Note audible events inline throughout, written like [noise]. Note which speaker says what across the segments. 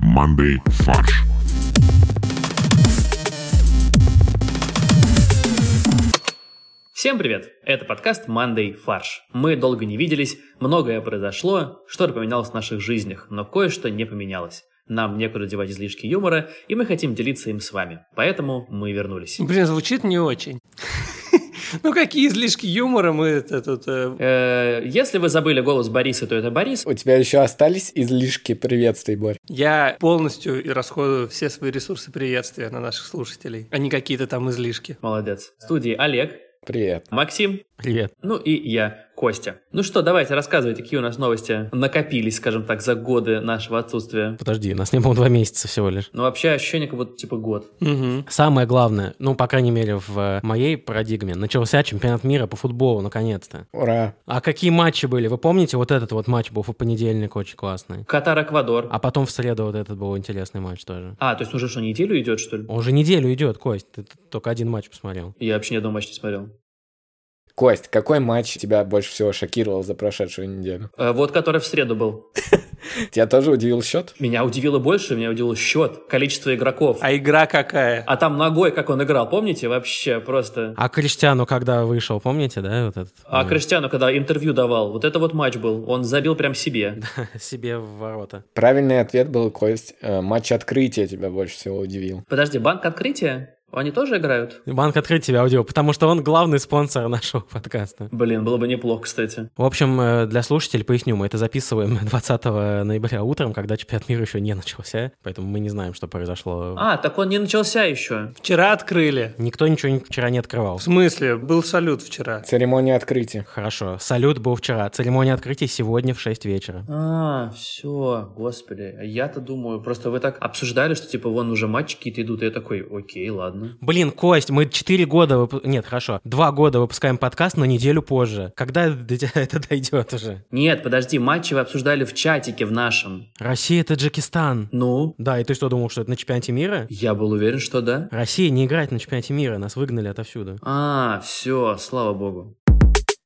Speaker 1: командой «Фарш».
Speaker 2: Всем привет! Это подкаст «Мандей фарш». Мы долго не виделись, многое произошло, что-то поменялось в наших жизнях, но кое-что не поменялось. Нам некуда девать излишки юмора, и мы хотим делиться им с вами. Поэтому мы вернулись.
Speaker 3: Блин, звучит не очень. [laughs] Ну, какие излишки юмора мы это тут... э,
Speaker 2: Э, Если вы забыли голос Бориса, то это Борис.
Speaker 4: У тебя еще остались излишки приветствий, Борь?
Speaker 3: Я полностью и расходую все свои ресурсы приветствия на наших слушателей, а не какие-то там излишки.
Speaker 2: Молодец. В студии Олег,
Speaker 4: Привет.
Speaker 2: Максим,
Speaker 5: Привет.
Speaker 2: ну и я, Костя. Ну что, давайте рассказывайте, какие у нас новости накопились, скажем так, за годы нашего отсутствия.
Speaker 5: Подожди, нас не было два месяца всего лишь.
Speaker 2: Ну вообще ощущение, как будто типа год.
Speaker 3: Мгм.
Speaker 5: Самое главное, ну, по крайней мере, в э, моей парадигме, начался чемпионат мира по футболу, наконец-то.
Speaker 4: Ура.
Speaker 5: А какие матчи были? Вы помните, вот этот вот матч был в понедельник очень классный.
Speaker 2: Катар-Эквадор.
Speaker 5: А потом в среду вот этот был интересный матч тоже.
Speaker 2: А, то есть уже что, неделю идет, что ли?
Speaker 5: Он уже неделю идет, Кость, ты т- только один матч посмотрел.
Speaker 2: Я вообще ни одного матча не смотрел.
Speaker 4: Кость, какой матч тебя больше всего шокировал за прошедшую неделю?
Speaker 2: Э, Вот который в среду был.
Speaker 4: Тебя тоже удивил счет?
Speaker 2: Меня удивило больше, меня удивил счет, количество игроков.
Speaker 3: А игра какая?
Speaker 2: А там ногой, как он играл, помните? Вообще просто...
Speaker 5: А Криштиану когда вышел, помните, да, вот этот?
Speaker 2: А
Speaker 5: Э,
Speaker 2: Криштиану, когда интервью давал, вот это вот матч был, он забил прям себе.
Speaker 5: [laughs] Себе в ворота.
Speaker 4: Правильный ответ был, Кость. э, Матч открытия тебя больше всего удивил.
Speaker 2: Подожди, банк открытия? Они тоже играют?
Speaker 5: Банк открыть тебя аудио, потому что он главный спонсор [laughs] нашего подкаста.
Speaker 2: Блин, было бы неплохо, кстати.
Speaker 5: В общем, э, для слушателей поясню, мы это записываем [laughs] 20 ноября утром, когда чемпионат мира еще не начался, поэтому мы не знаем, что произошло.
Speaker 2: А, так он не начался еще.
Speaker 3: Вчера открыли.
Speaker 5: Никто ничего не- вчера не
Speaker 3: В
Speaker 5: открывал.
Speaker 3: смысле? Был салют вчера.
Speaker 4: Церемония открытия.
Speaker 5: Хорошо, салют был вчера, церемония открытия сегодня в 6 вечера.
Speaker 2: А, все, господи, А я-то думаю, просто вы так обсуждали, что типа вон уже матчи какие-то идут, и я такой, окей, ладно.
Speaker 5: Блин, Кость, мы 4 года... вып- Нет, хорошо, 2 года выпускаем подкаст, но неделю позже. Когда [laughs] до тебя это дойдет уже?
Speaker 2: Нет, подожди, матчи вы обсуждали в чатике в нашем.
Speaker 5: Россия, Таджикистан.
Speaker 2: Ну,
Speaker 5: Да, и ты что, думал, что это на чемпионате мира?
Speaker 2: я был уверен, что да.
Speaker 5: Россия не играет на чемпионате мира, нас выгнали отовсюду.
Speaker 2: А, все, слава богу.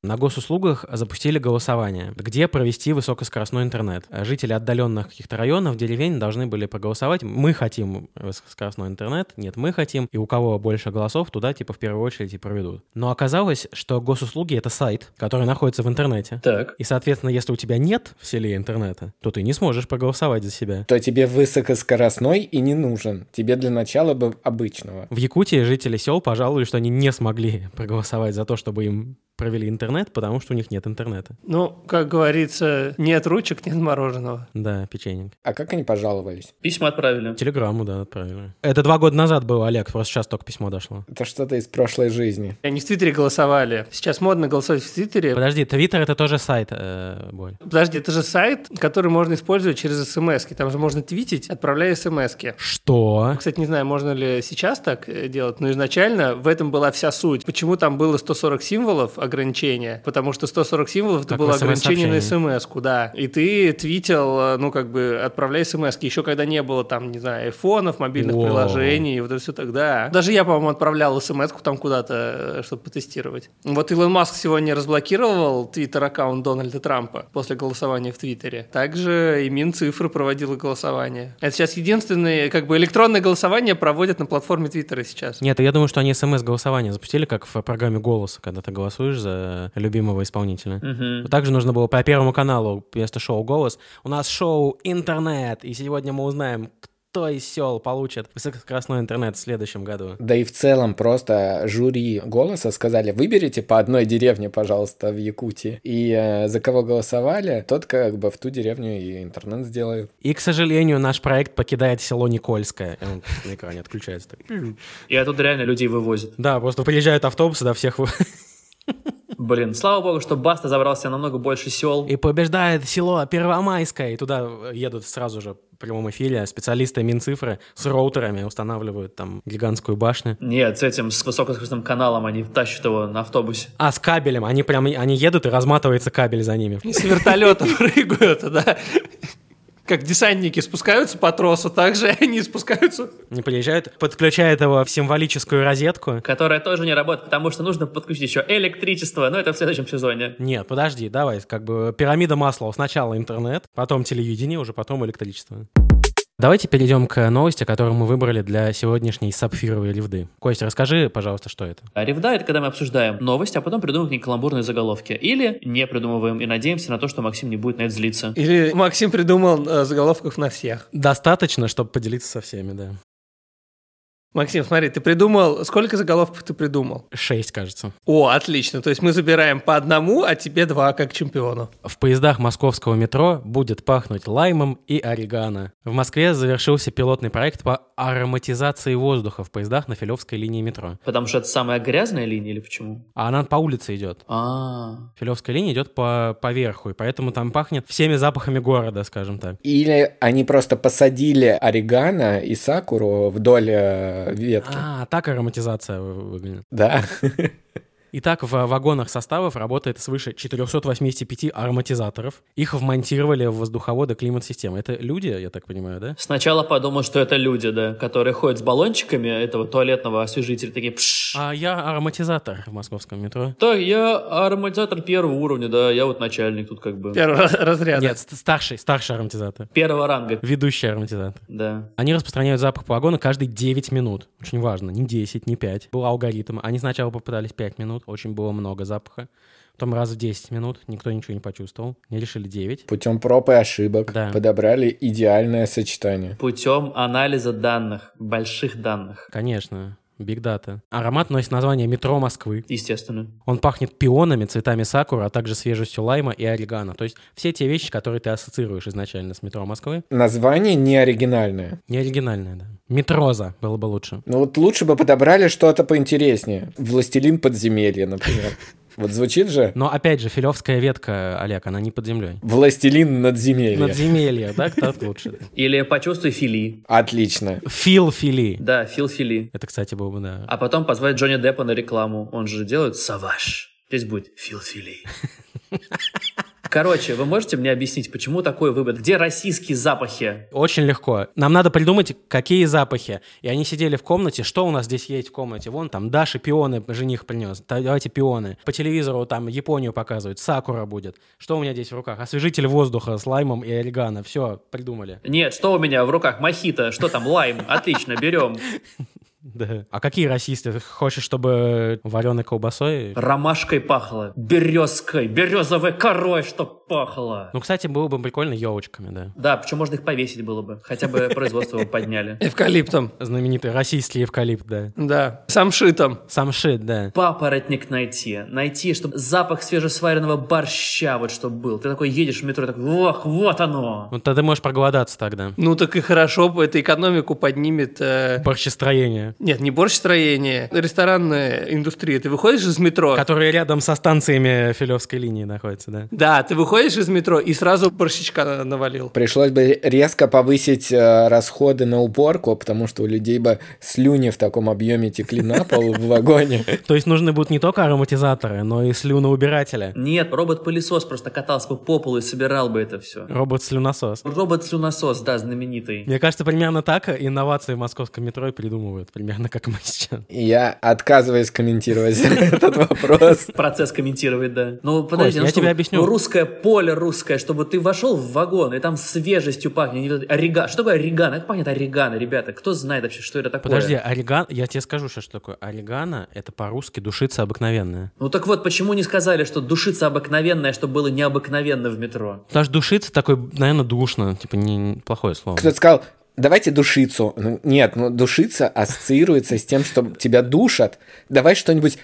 Speaker 5: На госуслугах запустили голосование, где провести высокоскоростной интернет. А Жители отдаленных каких-то районов, деревень должны были проголосовать. Мы хотим высокоскоростной интернет, нет, мы хотим. И у кого больше голосов, туда типа в первую очередь и проведут. Но оказалось, что госуслуги — это сайт, который находится в интернете.
Speaker 2: Так.
Speaker 5: И, соответственно, если у тебя нет в селе интернета, то ты не сможешь проголосовать за себя.
Speaker 4: То тебе высокоскоростной и не нужен. Тебе для начала бы обычного.
Speaker 5: В Якутии жители сел пожалуй, что они не смогли проголосовать за то, чтобы им провели интернет, потому что у них нет интернета.
Speaker 3: Ну, как говорится, нет ручек, нет мороженого.
Speaker 5: Да, печенье.
Speaker 4: А как они пожаловались?
Speaker 2: Письма отправили.
Speaker 5: Телеграмму, да, отправили. Это два года назад было, Олег, просто сейчас только письмо дошло.
Speaker 4: Это что-то из прошлой жизни.
Speaker 3: Они в Твиттере голосовали. Сейчас модно голосовать в Твиттере.
Speaker 5: Э, Подожди, Твиттер это тоже сайт, э, Боль.
Speaker 3: Подожди, это же сайт, который можно использовать через смс. Там же можно твитить, отправляя эм смс.
Speaker 5: Что?
Speaker 3: Кстати, не знаю, можно ли сейчас так э, делать, но изначально в этом была вся суть. Почему там было 140 символов ограничения? Потому что 140 символов это
Speaker 5: Как в
Speaker 3: было ограничение на
Speaker 5: SMS-сообщении.
Speaker 3: смс да. И ты твитил, э, ну, как бы, отправляй смс еще когда не было там, не знаю, айфонов, мобильных
Speaker 5: Воу.
Speaker 3: приложений, вот это все тогда. Даже я, по-моему, отправлял смс там куда-то, э, чтобы потестировать. Вот Илон Маск сегодня разблокировал твиттер-аккаунт Дональда Трампа после голосования в Твиттере. Также и Минцифры проводила голосование. Это сейчас единственное, как бы, электронное голосование проводят на платформе Твиттера сейчас.
Speaker 5: Нет, я думаю, что они смс-голосование запустили, как в программе «Голос», когда ты голосуешь за любимого исполнителя.
Speaker 2: Мгм.
Speaker 5: Также нужно было по Первому каналу вместо шоу «Голос». У нас шоу «Интернет», и сегодня мы узнаем, кто из сел получит высокоскоростной интернет в следующем году.
Speaker 4: Да и в целом просто жюри голоса сказали, выберите по одной деревне, пожалуйста, в Якутии. И э, за кого голосовали, тот как бы в ту деревню и интернет сделает.
Speaker 5: И, к сожалению, наш проект покидает село Никольское. И он на экране отключается. так.
Speaker 2: И оттуда реально людей вывозят.
Speaker 5: Да, просто приезжают автобусы, да, всех вы-
Speaker 2: Блин, слава богу, что Баста забрался намного больше сел.
Speaker 5: И побеждает село Первомайское. И туда едут сразу же в прямом эфире специалисты Минцифры с роутерами, устанавливают там гигантскую башню.
Speaker 2: Нет, с этим, с высокоскоростным каналом они тащат его на автобусе.
Speaker 5: А, с кабелем. Они прям, они едут и разматывается кабель за ними.
Speaker 3: И с вертолета [laughs] прыгают, да. Как десантники спускаются по тросу, так же и они спускаются
Speaker 5: Не приезжают, подключают его в символическую розетку.
Speaker 2: Которая тоже не работает, потому что нужно подключить еще электричество, но это в следующем сезоне.
Speaker 5: Нет, подожди, давай, как бы пирамида масла. Сначала интернет, потом телевидение, уже потом электричество. Давайте перейдем к новости, которую мы выбрали для сегодняшней сапфировой ревды. Костя, расскажи, пожалуйста, что это.
Speaker 2: А ревда — это когда мы обсуждаем новость, а потом придумываем к ней каламбурные заголовки. Или не придумываем и надеемся на то, что Максим не будет на это злиться.
Speaker 3: Или Максим придумал э, заголовков на всех.
Speaker 5: Достаточно, чтобы поделиться со всеми, да.
Speaker 3: Максим, смотри, ты придумал... Сколько заголовков ты придумал?
Speaker 5: Шесть, кажется.
Speaker 3: О, отлично. То есть мы забираем по одному, а тебе два как чемпиону.
Speaker 5: В поездах московского метро будет пахнуть лаймом и орегано. В Москве завершился пилотный проект по ароматизации воздуха в поездах на Филевской линии метро.
Speaker 2: Потому что это самая грязная линия или почему?
Speaker 5: А она по улице идет.
Speaker 2: А,
Speaker 5: Филевская линия идет по, по верху, и поэтому там пахнет всеми запахами города, скажем так.
Speaker 4: Или они просто посадили орегано и сакуру вдоль э, ветки.
Speaker 5: А, так ароматизация вы- выглядит.
Speaker 4: Да. [laughs]
Speaker 5: Итак, в вагонах составов работает свыше 485 ароматизаторов. Их вмонтировали в воздуховоды климат-системы. Это люди, я так понимаю, да?
Speaker 2: Сначала подумал, что это люди, да, которые ходят с баллончиками этого туалетного освежителя, такие пшш.
Speaker 5: А я ароматизатор в московском метро.
Speaker 2: Так, я ароматизатор первого уровня, да, я вот начальник тут как бы.
Speaker 3: Первого разряда.
Speaker 5: Нет, ст- старший, старший ароматизатор.
Speaker 2: Первого ранга,
Speaker 5: Ведущий ароматизатор.
Speaker 2: да.
Speaker 5: Они распространяют запах по вагону каждые 9 минут. Очень важно, не 10, не 5. Был алгоритм. Они сначала попытались 5 минут, очень было много запаха. Потом раз в 10 минут, никто ничего не почувствовал. Не решили 9.
Speaker 4: Путем проб и ошибок
Speaker 5: Да.
Speaker 4: подобрали идеальное сочетание.
Speaker 2: Путем анализа данных, больших данных,
Speaker 5: Конечно, биг дата. Аромат носит название метро Москвы.
Speaker 2: естественно.
Speaker 5: Он пахнет пионами, цветами сакуры, а также свежестью лайма и орегано. То есть все те вещи, которые ты ассоциируешь изначально с метро Москвы.
Speaker 4: Название не оригинальное.
Speaker 5: Не оригинальное, да. Метроза было бы лучше.
Speaker 4: Ну вот лучше бы подобрали что-то поинтереснее. Властелин подземелья,
Speaker 5: [laughs]
Speaker 4: например. Вот звучит же
Speaker 5: Но опять же, филевская ветка, Олег, она не под землей.
Speaker 4: Властелин надземелья.
Speaker 5: Надземелье, да, так лучше.
Speaker 2: Или почувствуй фили.
Speaker 4: Отлично.
Speaker 5: Фил фили.
Speaker 2: Да, фил фили.
Speaker 5: Это, кстати, было бы, да.
Speaker 2: А потом позвать Джонни Деппа на рекламу. Он же делает саваж. Здесь будет фил фили. Короче, вы можете мне объяснить, почему такой выбор? Где российские запахи?
Speaker 5: Очень легко. Нам надо придумать, какие запахи. И они сидели в комнате. Что у нас здесь есть в комнате? Вон там Даша пионы жених принес. Та- Давайте пионы. По телевизору там Японию показывают. Сакура будет. Что у меня здесь в руках? Освежитель воздуха с лаймом и орегано. Все, придумали.
Speaker 2: Нет, что у меня в руках? Мохито. Что там? Лайм. Отлично, берем.
Speaker 5: Да. А какие расисты? Хочешь, чтобы вареной колбасой?
Speaker 2: Ромашкой пахло. Березкой. Березовой корой, что пахло.
Speaker 5: Ну, кстати, было бы прикольно елочками, да.
Speaker 2: Да, причем можно их повесить было бы. Хотя бы производство бы подняли.
Speaker 3: Эвкалиптом.
Speaker 5: Знаменитый российский эвкалипт, да.
Speaker 3: Да. Самшитом.
Speaker 5: Самшит, да.
Speaker 2: папоротник найти, найти, чтобы запах свежесваренного борща вот что был. Ты такой едешь в метро, такой, ох, вот оно.
Speaker 5: Вот тогда ты можешь проголодаться тогда.
Speaker 3: Ну так и хорошо, это экономику поднимет... э,
Speaker 5: Борщестроение.
Speaker 3: Нет, не борщестроение, ресторанная индустрия. Ты выходишь из метро...
Speaker 5: Которые рядом со станциями Филевской линии находятся, да?
Speaker 3: Да, ты выходишь из метро и сразу борщичка на- навалил.
Speaker 4: Пришлось бы резко повысить э, расходы на уборку, потому что у людей бы слюни в таком объеме текли на пол в вагоне.
Speaker 5: То есть нужны будут не только ароматизаторы, но и слюноубиратели.
Speaker 2: Нет, робот-пылесос просто катался бы по полу и собирал бы это все.
Speaker 5: Робот-слюнасос.
Speaker 2: Робот-слюнасос, да, знаменитый.
Speaker 5: Мне кажется, примерно так инновации в московском метро и придумывают. Примерно как мы сейчас.
Speaker 4: И Я отказываюсь комментировать [laughs] этот вопрос.
Speaker 2: Процесс комментировать, да. Ну, подожди, ну
Speaker 5: я
Speaker 2: что
Speaker 5: тебе
Speaker 2: вы,
Speaker 5: объясню.
Speaker 2: ну, русское поле русское, чтобы ты вошел в вагон, и там свежестью пахнет. не вот это Орига... Что такое орегано? Как пахнет орегано, ребята? Кто знает вообще, что это такое?
Speaker 5: Подожди, ореган... Я тебе скажу сейчас, что такое. Орегано — это по-русски душица обыкновенная.
Speaker 2: Ну так вот, почему не сказали, что душица обыкновенная, что было необыкновенно в метро?
Speaker 5: Потому что душица такой, наверное, душно. Типа, не... плохое слово.
Speaker 4: Кто-то сказал, давайте душицу. Ну, нет, ну душица ассоциируется с тем, что тебя душат. Давай что-нибудь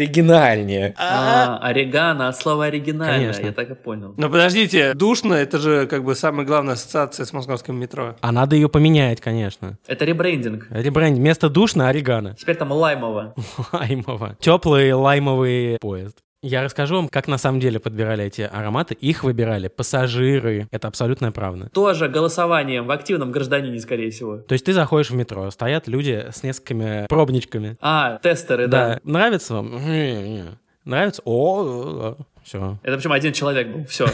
Speaker 4: пооригинальнее.
Speaker 2: А, орегано от слова оригинально,
Speaker 5: Конечно.
Speaker 2: я так и понял.
Speaker 3: Но подождите, душно, это же как бы самая главная ассоциация с московским метро.
Speaker 5: А надо ее поменять, конечно.
Speaker 2: Это ребрендинг.
Speaker 5: Ребрендинг. Вместо душно — орегано.
Speaker 2: Теперь там лаймово.
Speaker 5: лаймово. Теплый лаймовый поезд. Я расскажу вам, как на самом деле подбирали эти ароматы. Их выбирали пассажиры. Это абсолютная правда.
Speaker 2: Тоже голосованием в активном гражданине, скорее всего.
Speaker 5: То есть ты заходишь в метро, стоят люди с несколькими пробничками.
Speaker 2: А, тестеры, да.
Speaker 5: Нравится вам? Не-не. Нравится? О, [laughs] все.
Speaker 2: Это причем один человек был, все.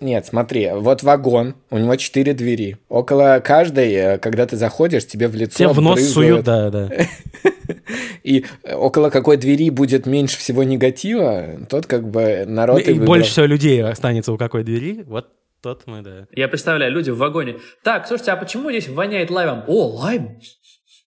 Speaker 4: Нет, смотри, вот вагон, у него четыре двери. Около каждой, э, когда ты заходишь, тебе в лицо
Speaker 5: Все в нос
Speaker 4: брызгают.
Speaker 5: суют, да, да.
Speaker 4: И э, около какой двери будет меньше всего негатива, тот как бы народ и
Speaker 5: Ну, И
Speaker 4: выбрал.
Speaker 5: больше всего людей останется у какой двери. Вот Тот мы, да.
Speaker 2: Я представляю, люди в вагоне. Так, слушайте, а почему здесь воняет лаймом? О, лайм!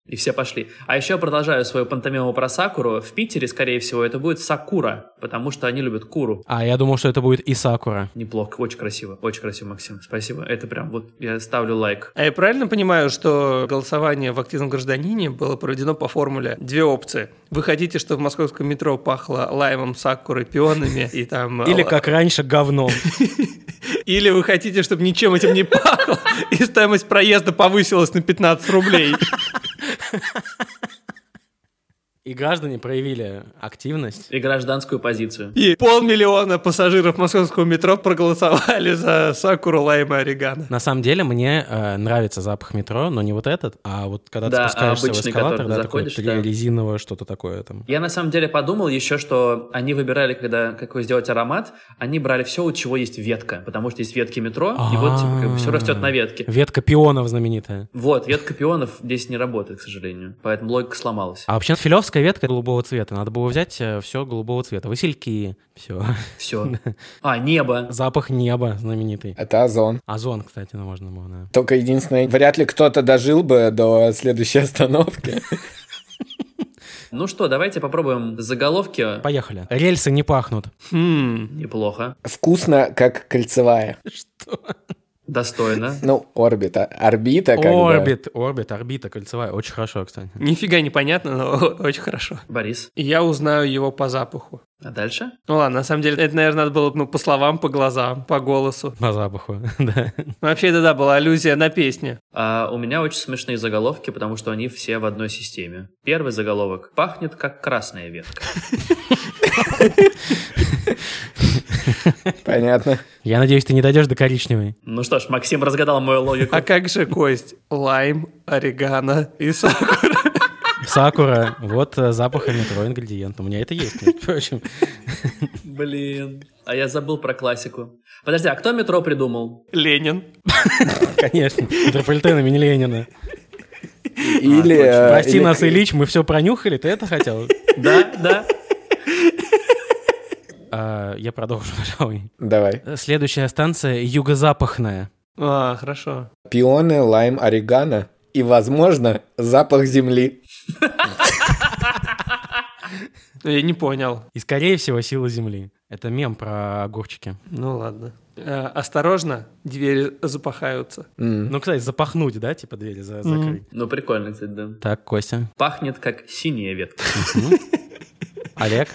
Speaker 2: И все пошли. А еще продолжаю свою пантомиму про Сакуру. В Питере, скорее всего, это будет Сакура, потому что они любят куру.
Speaker 5: А я думал, что это будет и Сакура.
Speaker 2: Неплохо, очень красиво, очень красиво, Максим. Спасибо. Это прям вот я ставлю лайк.
Speaker 3: А я правильно понимаю, что голосование в активном гражданине было проведено по формуле две опции. Вы хотите, чтобы в московском метро пахло лаймом, сакурой, пионами и там...
Speaker 5: [laughs]
Speaker 3: а,
Speaker 5: Или как раньше говном.
Speaker 3: Или вы хотите, чтобы ничем этим не пахло, [laughs] и стоимость проезда повысилась на 15 рублей.
Speaker 5: [laughs] И граждане проявили активность.
Speaker 2: И гражданскую позицию.
Speaker 3: И полмиллиона пассажиров московского метро проголосовали за Сакуру Лайма Орегано.
Speaker 5: На самом деле мне э, нравится запах метро, но не вот этот, а вот когда
Speaker 2: Да, а
Speaker 5: ты спускаешься в
Speaker 2: обычный,
Speaker 5: эскалатор,
Speaker 2: который
Speaker 5: да,
Speaker 2: заходишь,
Speaker 5: такое
Speaker 2: да.
Speaker 5: резиновое что-то такое там.
Speaker 2: Я на самом деле подумал еще, что они выбирали, когда какой сделать аромат, они брали все, у чего есть ветка, потому что есть ветки метро, и вот типа, все растет на ветке.
Speaker 5: Ветка пионов знаменитая.
Speaker 2: Вот, ветка пионов здесь не работает, к сожалению, поэтому логика сломалась.
Speaker 5: А вообще филевская ветка голубого цвета. Надо было взять все голубого цвета. Васильки, все.
Speaker 2: Все. А, небо.
Speaker 5: [laughs] Запах неба знаменитый.
Speaker 4: Это озон.
Speaker 5: Озон, кстати, ну, можно было, да.
Speaker 4: Только единственное, вряд ли кто-то дожил бы до следующей остановки. [laughs]
Speaker 2: Ну что, давайте попробуем заголовки.
Speaker 5: Поехали. Рельсы не пахнут.
Speaker 3: Хм.
Speaker 2: Неплохо.
Speaker 4: Вкусно, как кольцевая.
Speaker 2: Достойно.
Speaker 4: Ну, орбита. Орбита как бы.
Speaker 5: Орбит, орбит, орбита кольцевая. Очень хорошо, кстати.
Speaker 3: Нифига непонятно, но [laughs] очень хорошо.
Speaker 2: Борис,
Speaker 3: И Я узнаю его по запаху.
Speaker 2: а дальше?
Speaker 3: Ну ладно, на самом деле, это, наверное, надо было ну, по словам, по глазам, по голосу.
Speaker 5: По запаху, [laughs] да.
Speaker 3: Ну, вообще, это, да, была аллюзия на песню.
Speaker 2: А, у меня очень смешные заголовки, потому что они все в одной системе. Первый заголовок «Пахнет, как красная ветка».
Speaker 5: [laughs]
Speaker 4: Понятно.
Speaker 5: Я надеюсь, ты не дойдешь до коричневой.
Speaker 2: Ну что ж, Максим разгадал мою логику.
Speaker 3: А как же, Кость? Лайм, орегано и сакура.
Speaker 5: Сакура, вот э, запах и метро ингредиент. У меня это есть, между прочим.
Speaker 2: Блин. А я забыл про классику. Подожди, а кто метро придумал?
Speaker 3: [laughs] Ленин.
Speaker 5: Конечно. Метрополитен имени Ленина.
Speaker 4: Или... э,
Speaker 5: Прости
Speaker 4: или-
Speaker 5: нас, Ильич, мы все пронюхали, ты это хотел?
Speaker 2: Да, да.
Speaker 5: А, Я продолжу, пожалуй.
Speaker 4: Давай.
Speaker 5: Следующая станция юго-запахная.
Speaker 3: А, хорошо.
Speaker 4: Пионы, лайм, орегано и, возможно, запах земли.
Speaker 3: Ну, Я не понял.
Speaker 5: И, скорее всего, сила земли. Это мем про огурчики.
Speaker 3: Ну, ладно. Э, Осторожно, двери запахаются.
Speaker 4: М.
Speaker 5: Ну, кстати, запахнуть, да, типа двери за- закрыть.
Speaker 2: Ну, прикольно, кстати, да.
Speaker 5: Так, Костя.
Speaker 2: Пахнет, как синяя ветка.
Speaker 5: Олег.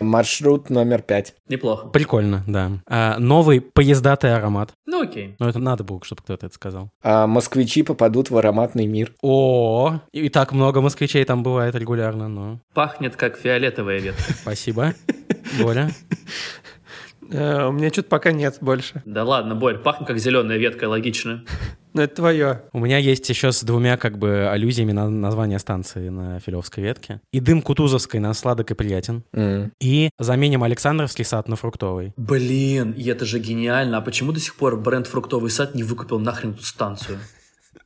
Speaker 4: Маршрут номер пять.
Speaker 2: Неплохо.
Speaker 5: Прикольно, да. А, новый поездатый аромат.
Speaker 2: Ну, окей.
Speaker 5: Ну, это надо было, чтобы кто-то это сказал.
Speaker 4: А москвичи попадут в ароматный мир.
Speaker 5: О, и, и так много москвичей там бывает регулярно, но
Speaker 2: Пахнет, как фиолетовая ветка.
Speaker 5: спасибо. Оля.
Speaker 3: Э, У меня что-то пока нет больше.
Speaker 2: Да ладно, Борь, пахнет, как зеленая ветка, логично.
Speaker 3: Но это твое.
Speaker 5: У меня есть еще с двумя как бы аллюзиями на название станции на Филевской ветке. И дым Кутузовской на сладок и приятен.
Speaker 4: М.
Speaker 5: И заменим Александровский сад на фруктовый. [laughs]
Speaker 2: Блин, и это же гениально. А почему до сих пор бренд «Фруктовый сад» не выкупил нахрен эту станцию?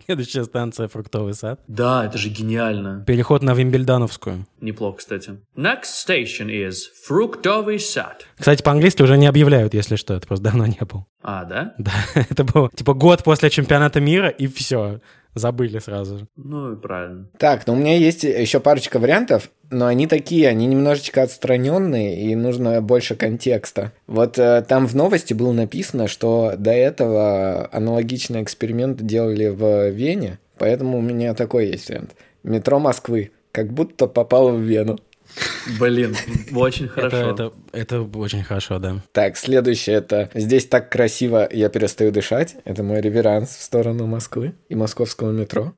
Speaker 5: Следующая станция фруктовый сад.
Speaker 2: Да, это же гениально.
Speaker 5: Переход на Вимбельдановскую.
Speaker 2: Неплохо, кстати. Next station is «Фруктовый сад».
Speaker 5: Кстати, по-английски уже не объявляют, если что. Это просто давно не был. [laughs]
Speaker 2: А, да?
Speaker 5: Да, это было типа год после чемпионата мира, и все. Забыли сразу же.
Speaker 2: Ну и правильно.
Speaker 4: Так, ну у меня есть еще парочка вариантов, но они такие, они немножечко отстраненные, и нужно больше контекста. Вот э, там в новости было написано, что до этого аналогичный эксперимент делали в Вене, поэтому у меня такой есть вариант. Метро Москвы как будто попало в Вену.
Speaker 2: Блин, очень хорошо.
Speaker 5: [laughs] Это, это, это очень хорошо, да.
Speaker 4: Так, следующее это «Здесь так красиво, я перестаю дышать». Это мой реверанс в сторону Москвы и московского метро.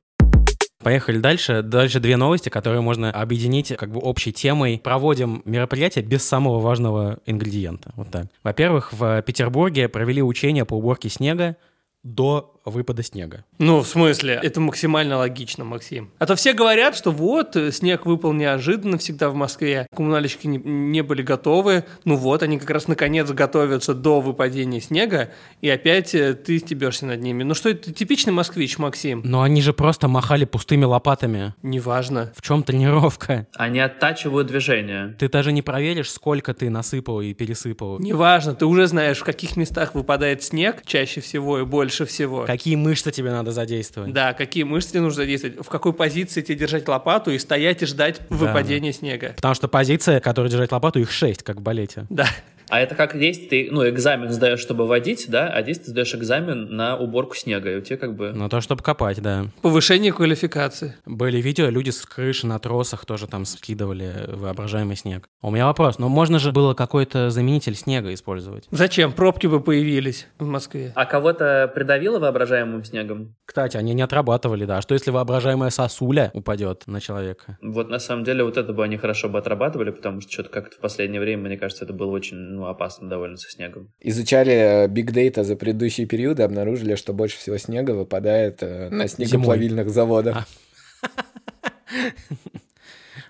Speaker 5: Поехали дальше. Дальше две новости, которые можно объединить как бы общей темой. Проводим мероприятие без самого важного ингредиента. Вот так. Во-первых, в Петербурге провели учения по уборке снега до выпада снега.
Speaker 3: Ну, в смысле, это максимально логично, Максим. А то все говорят, что вот, э, снег выпал неожиданно всегда в Москве, коммунальщики не, не были готовы. Ну вот, они как раз наконец готовятся до выпадения снега, и опять э, ты стебешься над ними. Ну что, это типичный москвич, Максим.
Speaker 5: Но они же просто махали пустыми лопатами.
Speaker 3: Неважно.
Speaker 5: В чем тренировка?
Speaker 2: Они оттачивают движение.
Speaker 5: Ты даже не проверишь, сколько ты насыпал и пересыпал.
Speaker 3: Неважно, ты уже знаешь, в каких местах выпадает снег чаще всего и больше всего.
Speaker 5: Какие мышцы тебе надо задействовать?
Speaker 3: Да, какие мышцы тебе нужно действовать, в какой позиции тебе держать лопату и стоять и ждать выпадения снега.
Speaker 5: Потому что позиция, которая держать лопату, их шесть, как в балете.
Speaker 3: Да.
Speaker 2: А это как есть, ты, ну, экзамен сдаешь, чтобы водить, да, а здесь ты сдаешь экзамен на уборку снега, и у тебя как бы...
Speaker 5: На то, чтобы копать, да.
Speaker 3: Повышение квалификации.
Speaker 5: Были видео, люди с крыши на тросах тоже там скидывали воображаемый снег. У меня вопрос, ну можно же было какой-то заменитель снега использовать?
Speaker 3: Зачем? Пробки бы появились в Москве.
Speaker 2: А кого-то придавило воображаемым снегом?
Speaker 5: Кстати, они не отрабатывали, да. А Что если воображаемая сосуля упадет на человека?
Speaker 2: Вот на самом деле вот это бы они хорошо бы отрабатывали, потому что что-то как-то в последнее время, мне кажется, это было очень ну, опасно довольно со снегом.
Speaker 4: Изучали бигдейта за предыдущие периоды, обнаружили, что больше всего снега выпадает э, на снегоплавильных [laughs] заводах.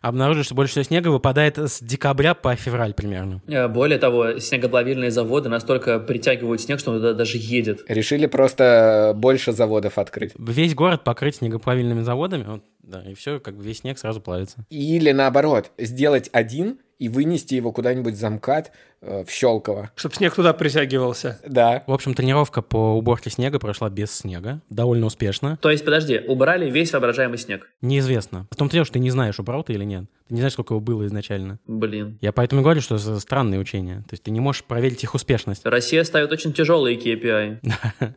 Speaker 5: Обнаружили, что больше всего снега выпадает с декабря по февраль примерно.
Speaker 2: Э, Более того, снегоплавильные заводы настолько притягивают снег, что он туда даже едет.
Speaker 4: Решили просто э, больше заводов открыть.
Speaker 5: Весь город покрыть снегоплавильными заводами, вот, да, и все, как бы весь снег сразу плавится.
Speaker 4: Или наоборот, сделать один и вынести его куда-нибудь за МКАД э, в Щелково.
Speaker 3: Чтобы снег туда притягивался.
Speaker 4: Да.
Speaker 5: В общем, тренировка по уборке снега прошла без снега, довольно успешно.
Speaker 2: То есть, подожди, убрали весь воображаемый снег.
Speaker 5: Неизвестно. В том дело, что ты не знаешь, убрал ты или нет. Ты не знаешь, сколько его было изначально.
Speaker 2: Блин.
Speaker 5: Я поэтому и говорю, что это странные учения. То есть ты не можешь проверить их успешность. [laughs]
Speaker 2: Россия ставит очень тяжелые KPI.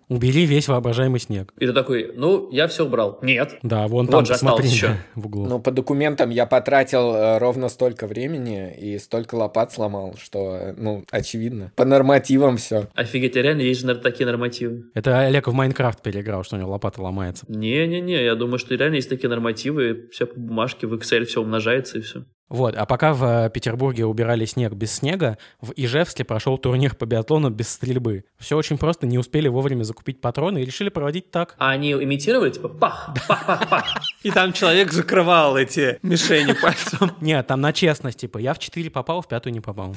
Speaker 5: Убери весь воображаемый снег.
Speaker 2: И ты такой, ну, я все убрал. Нет.
Speaker 5: Да, вон
Speaker 2: Вот
Speaker 5: там,
Speaker 2: же осталось
Speaker 5: посмотри,
Speaker 2: ещё.
Speaker 5: да, [laughs] в углу.
Speaker 4: Ну, по документам я потратил э, ровно столько времени и столько лопат сломал, что, э, ну, очевидно. По нормативам все.
Speaker 2: Офигеть, а реально есть же нар- такие нормативы.
Speaker 5: Это Олег в Майнкрафт переиграл, что у него лопата ломается.
Speaker 2: Не-не-не, я думаю, что реально есть такие нормативы, все по бумажке, в Excel все умножается и все.
Speaker 5: Вот, а пока в э, Петербурге убирали снег без снега, в Ижевске прошел турнир по биатлону без стрельбы. Все очень просто, не успели вовремя закупить патроны и решили проводить так.
Speaker 2: А они имитировали, типа, пах, пах, пах, пах.
Speaker 3: И там человек закрывал эти мишени [laughs] пальцем.
Speaker 5: Нет, там на честность, типа, я в 4 попал, в пятую
Speaker 2: [laughs]
Speaker 5: не попал.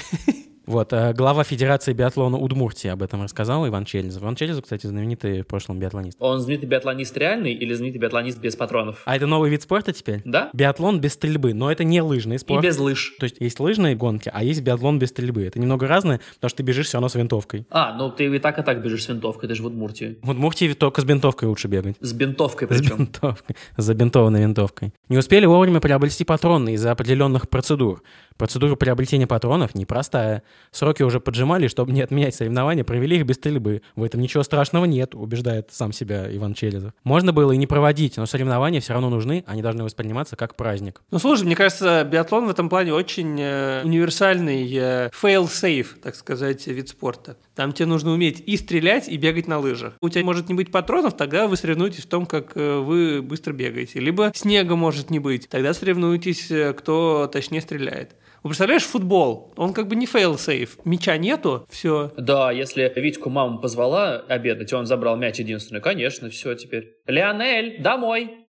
Speaker 5: Вот, э, глава Федерации биатлона Удмуртии об этом рассказал, Иван Челезов. Иван Челезов, кстати, знаменитый в прошлом биатлонист.
Speaker 2: Он знаменитый биатлонист реальный или знаменитый биатлонист без патронов?
Speaker 5: А это новый вид спорта теперь?
Speaker 2: Да?
Speaker 5: Биатлон без стрельбы, но это не лыжный
Speaker 2: И
Speaker 5: спорт.
Speaker 2: без лыж.
Speaker 5: То есть есть лыжные гонки, а есть биатлон без стрельбы. Это немного разное, потому что ты бежишь все равно с винтовкой.
Speaker 2: А, ну ты и так, и так бежишь с винтовкой, ты же в Удмуртии.
Speaker 5: В Удмуртии только с винтовкой лучше бегать.
Speaker 2: С бинтовкой
Speaker 5: С
Speaker 2: причем.
Speaker 5: бинтовкой, с забинтованной винтовкой. Не успели вовремя приобрести патроны из-за определенных процедур. Процедура приобретения патронов непростая. Сроки уже поджимали, чтобы не отменять соревнования, провели их без стрельбы. В этом ничего страшного нет, убеждает сам себя Иван Челезов. Можно было и не проводить, но соревнования все равно нужны, они должны восприниматься как праздник.
Speaker 3: Ну, слушай, мне кажется, биатлон в этом плане очень э, универсальный э, fail-safe, так сказать, вид спорта. Там тебе нужно уметь и стрелять, и бегать на лыжах. У тебя может не быть патронов, тогда вы соревнуетесь в том, как э, вы быстро бегаете. Либо снега может не быть, тогда соревнуетесь, э, кто точнее стреляет. Вы представляешь, футбол, он как бы не fail-safe. Мяча нету, все.
Speaker 2: Да, если Витьку мама позвала обедать, и он забрал мяч единственный, конечно, все теперь. Леонель, домой!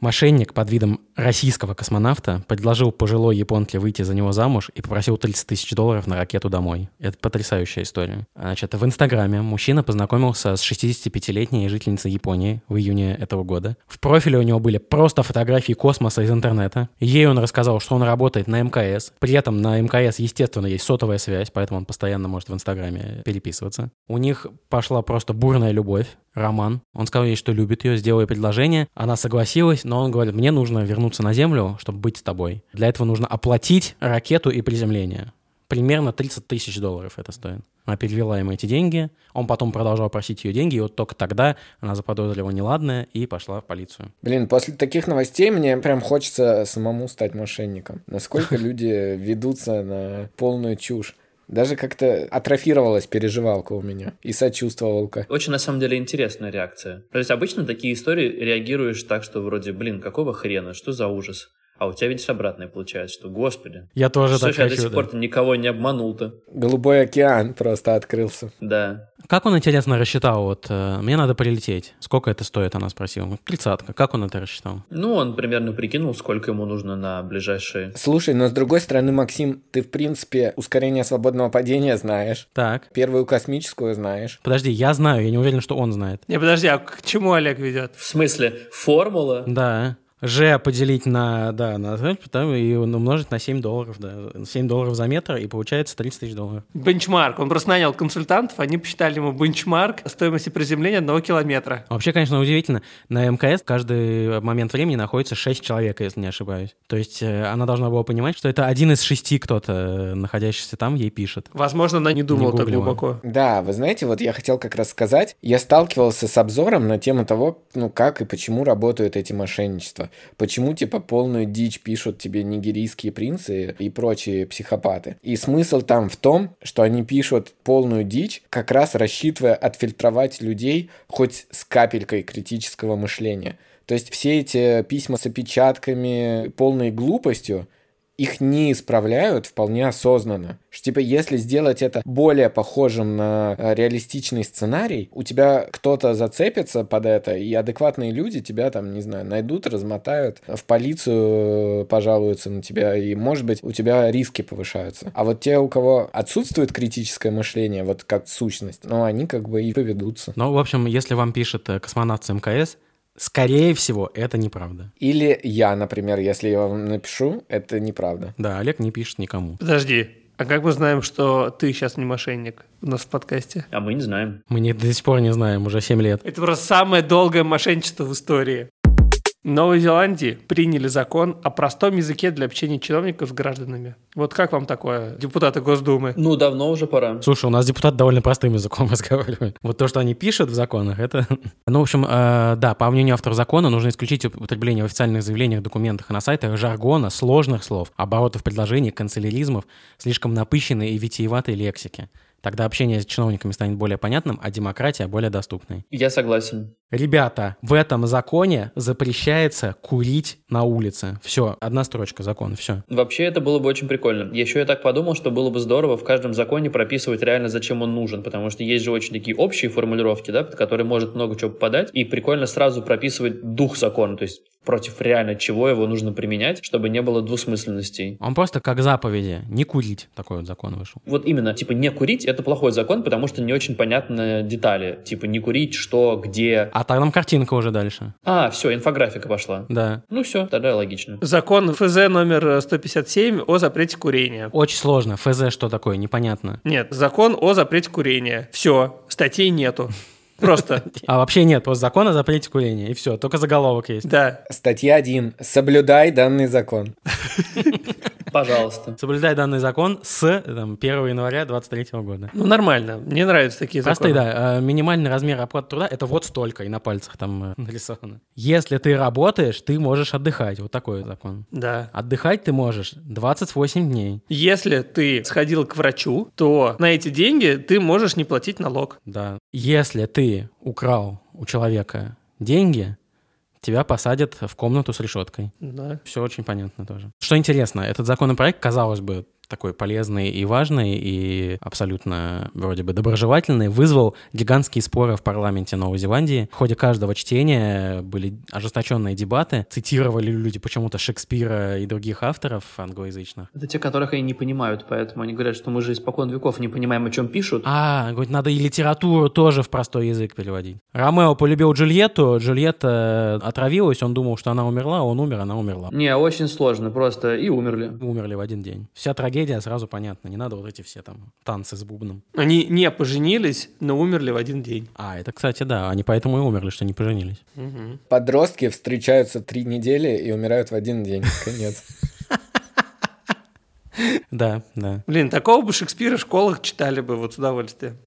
Speaker 5: Мошенник под видом российского космонавта предложил пожилой японке выйти за него замуж и попросил 30 тысяч долларов на ракету домой. Это потрясающая история. Значит, в Инстаграме мужчина познакомился с 65-летней жительницей Японии в июне этого года. В профиле у него были просто фотографии космоса из интернета. Ей он рассказал, что он работает на МКС. При этом на МКС, естественно, есть сотовая связь, поэтому он постоянно может в Инстаграме переписываться. У них пошла просто бурная любовь роман. Он сказал ей, что любит ее, сделал ей предложение. Она согласилась, но он говорит, мне нужно вернуться на Землю, чтобы быть с тобой. Для этого нужно оплатить ракету и приземление. Примерно 30 тысяч долларов это стоит. Она перевела ему эти деньги, он потом продолжал просить ее деньги, и вот только тогда она заподозрила его неладное и пошла в полицию.
Speaker 4: Блин, после таких новостей мне прям хочется самому стать мошенником. Насколько люди ведутся на полную чушь. Даже как-то атрофировалась переживалка у меня и сочувствовалка.
Speaker 2: Очень, на самом деле, интересная реакция. То есть обычно такие истории реагируешь так, что вроде, блин, какого хрена, что за ужас? А А у тебя, видишь, обратное получается, что, господи,
Speaker 5: Я тоже
Speaker 2: что
Speaker 5: так
Speaker 2: ж я а до
Speaker 5: хочу.
Speaker 2: сих
Speaker 5: да.
Speaker 2: пор-то никого не обманул-то.
Speaker 4: Голубой океан просто открылся.
Speaker 2: Да.
Speaker 5: Как он, интересно, рассчитал? Вот э, мне надо прилететь. Сколько это стоит, она спросила. Тридцатка. Как он это рассчитал?
Speaker 2: Ну, он примерно прикинул, сколько ему нужно на ближайшие...
Speaker 4: Слушай, но с другой стороны, Максим, ты, в принципе, ускорение свободного падения знаешь.
Speaker 5: Так.
Speaker 4: Первую космическую знаешь.
Speaker 5: Подожди, я знаю, я не уверен, что он знает.
Speaker 3: Не, подожди, а к чему Олег ведет?
Speaker 2: В смысле, формула?
Speaker 5: Да. Ж поделить на, да, на, потом и умножить на 7 долларов, да. 7 долларов за метр, и получается 30 тысяч долларов.
Speaker 3: Бенчмарк. Он просто нанял консультантов, они посчитали ему бенчмарк стоимости приземления одного километра.
Speaker 5: Вообще, конечно, удивительно. На МКС в каждый момент времени находится 6 человек, если не ошибаюсь. То есть э, она должна была понимать, что это один из шести кто-то, э, находящийся там, ей пишет.
Speaker 3: Возможно, она не думала так
Speaker 5: гуглила.
Speaker 3: глубоко.
Speaker 4: Да, вы знаете, вот я хотел как раз сказать, я сталкивался с обзором на тему того, ну как и почему работают эти мошенничества. Почему, типа, полную дичь пишут тебе нигерийские принцы и прочие психопаты. И смысл там в том, что они пишут полную дичь, как раз рассчитывая отфильтровать людей хоть с капелькой критического мышления. То есть все эти письма с опечатками, полной глупостью, их не исправляют вполне осознанно. Что, типа, если сделать это более похожим на э, реалистичный сценарий, у тебя кто-то зацепится под это, и адекватные люди тебя там, не знаю, найдут, размотают, э, в полицию э, пожалуются на тебя, и, может быть, у тебя риски повышаются. А вот те, у кого отсутствует критическое мышление, вот как сущность, ну, они как бы и поведутся.
Speaker 5: Ну, в общем, если вам пишет э, космонавт с МКС, скорее всего, это неправда.
Speaker 4: Или я, например, если я вам напишу, это неправда.
Speaker 5: Да, Олег не пишет никому.
Speaker 3: Подожди, а как мы знаем, что ты сейчас не мошенник у нас в подкасте?
Speaker 2: А мы не знаем.
Speaker 5: Мы не- до сих пор не знаем, уже 7 лет.
Speaker 3: Это просто самое долгое мошенничество в истории. В Новой Зеландии приняли закон о простом языке для общения чиновников с гражданами. Вот как вам такое, депутаты Госдумы?
Speaker 2: Ну, давно уже пора.
Speaker 5: Слушай, у нас депутат довольно простым языком [laughs] разговаривает. Вот то, что они пишут в законах, это... [laughs] Ну, в общем, э, да, по мнению автора закона, нужно исключить употребление в официальных заявлениях, документах и на сайтах жаргона, сложных слов, оборотов предложений, канцеляризмов, слишком напыщенной и витиеватой лексики. Тогда общение с чиновниками станет более понятным, а демократия более доступной.
Speaker 2: Я согласен.
Speaker 5: Ребята, в этом законе запрещается курить на улице. Все, одна строчка закона, все.
Speaker 2: Вообще, это было бы очень прикольно. Еще я так подумал, что было бы здорово в каждом законе прописывать реально, зачем он нужен, потому что есть же очень такие общие формулировки, да, под которые может много чего попадать, и прикольно сразу прописывать дух закона, то есть против реально чего его нужно применять, чтобы не было двусмысленностей.
Speaker 5: Он просто как заповеди, не курить, такой вот закон вышел.
Speaker 2: Вот именно, типа, не курить – это плохой закон, потому что не очень понятны детали. Типа, не курить, что, где.
Speaker 5: А там картинка уже дальше.
Speaker 2: А, все, инфографика пошла.
Speaker 5: Да.
Speaker 2: Ну все, тогда логично.
Speaker 3: Закон ФЗ номер 157 о запрете курения.
Speaker 5: Очень сложно. ФЗ что такое, непонятно.
Speaker 3: Нет, закон о запрете курения. Все, статей нету. Просто,
Speaker 5: А вообще нет, просто закон о запрете курения, и все, только заголовок есть.
Speaker 3: да.
Speaker 4: Статья 1. Соблюдай данный закон.
Speaker 2: Пожалуйста.
Speaker 5: Соблюдай данный закон с там, 1 января 23 года.
Speaker 3: Ну, нормально. Мне нравятся такие
Speaker 5: Простые,
Speaker 3: законы.
Speaker 5: да. э, Минимальный размер оплаты труда — это вот столько, и на пальцах там э, нарисовано. Если ты работаешь, ты можешь отдыхать. Вот такой вот закон.
Speaker 3: Да.
Speaker 5: Отдыхать ты можешь 28 дней.
Speaker 3: Если ты сходил к врачу, то на эти деньги ты можешь не платить налог.
Speaker 5: Да. Если ты украл у человека деньги, тебя посадят в комнату с решеткой.
Speaker 3: Да.
Speaker 5: Все очень понятно тоже. Что интересно, этот законопроект, казалось бы, такой полезный и важный, и абсолютно вроде бы доброжелательный, вызвал гигантские споры в парламенте Новой Зеландии. В ходе каждого чтения были ожесточенные дебаты, цитировали люди почему-то Шекспира и других авторов англоязычных.
Speaker 2: Это те, которых они не понимают, поэтому они говорят, что мы же испокон веков не понимаем, о чем пишут.
Speaker 5: А, говорит, надо и литературу тоже в простой язык переводить. Ромео полюбил Джульетту, Джульетта отравилась, он думал, что она умерла, он умер, она умерла.
Speaker 2: Не, очень сложно, просто и умерли.
Speaker 5: умерли в один день. Вся трагедия сразу понятна. Не надо вот эти все там танцы с бубном.
Speaker 3: Они не поженились, но умерли в один день.
Speaker 5: А, это, кстати, да, они поэтому и умерли, что не поженились.
Speaker 3: Мгм.
Speaker 4: Подростки встречаются три недели и умирают в один день. Конец.
Speaker 5: Да, да.
Speaker 3: Блин, такого бы Шекспира в школах читали бы вот с удовольствием.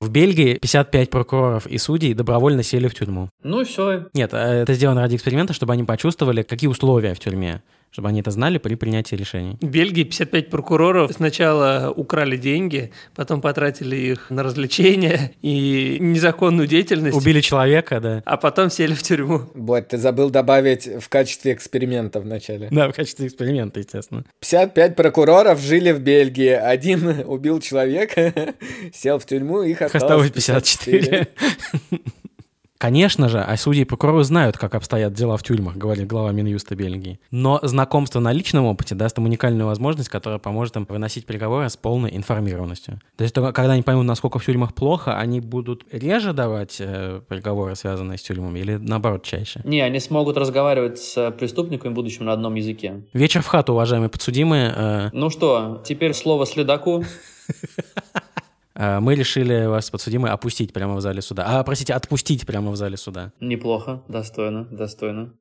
Speaker 5: В Бельгии 55 прокуроров и судей добровольно сели в тюрьму.
Speaker 2: Ну и все.
Speaker 5: Нет, э, это сделано ради эксперимента, чтобы они почувствовали, какие условия в тюрьме. чтобы они это знали при принятии решений.
Speaker 3: В Бельгии 55 прокуроров сначала украли деньги, потом потратили их на развлечения и незаконную деятельность,
Speaker 5: Убили человека, да.
Speaker 3: а потом сели в тюрьму.
Speaker 4: Блэд, ты забыл добавить в качестве эксперимента в начале.
Speaker 5: Да, в качестве эксперимента, естественно.
Speaker 4: 55 прокуроров жили в Бельгии. Один убил человека, [laughs] сел в тюрьму, их
Speaker 5: Их
Speaker 4: осталось
Speaker 5: осталось 54. Конечно же, а судьи и прокуроры знают, как обстоят дела в тюрьмах, говорит глава Минюста Бельгии. Но знакомство на личном опыте даст им уникальную возможность, которая поможет им выносить приговоры с полной информированностью. То есть, только когда они поймут, насколько в тюрьмах плохо, они будут реже давать э, приговоры, связанные с тюрьмами, или наоборот, чаще.
Speaker 2: Не, они смогут разговаривать с преступниками в будущем на одном языке.
Speaker 5: Вечер в хату, уважаемые подсудимые. Э,
Speaker 2: Ну что, теперь слово следаку.
Speaker 5: э, Мы решили вас, подсудимые, опустить прямо в зале суда. А, простите, отпустить прямо в зале суда.
Speaker 2: Неплохо, достойно, достойно.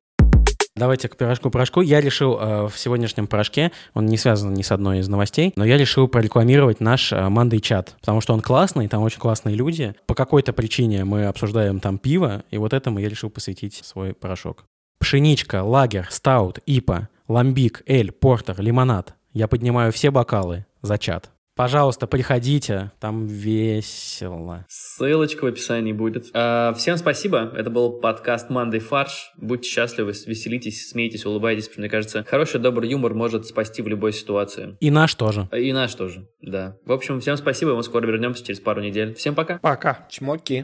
Speaker 5: Давайте к пирожку-пирожку. Я решил э, в сегодняшнем пирожке, он не связан ни с одной из новостей, но я решил прорекламировать наш Мандай чат, потому что он классный, там очень классные люди. По какой-то причине мы обсуждаем там пиво, и вот этому я решил посвятить свой порошок. Пшеничка, лагер, стаут, ипа, ламбик, эль, портер, лимонад. Я поднимаю все бокалы за чат. Пожалуйста, приходите, там весело.
Speaker 2: Ссылочка в описании будет. А, всем спасибо. Это был подкаст Мандай Фарш. Будьте счастливы, веселитесь, смейтесь, улыбайтесь. потому что, Мне кажется, хороший добрый юмор может спасти в любой ситуации.
Speaker 5: И наш тоже.
Speaker 2: И наш тоже, да. В общем, всем спасибо, мы скоро вернемся через пару недель. Всем пока.
Speaker 3: Пока.
Speaker 4: Чмоки.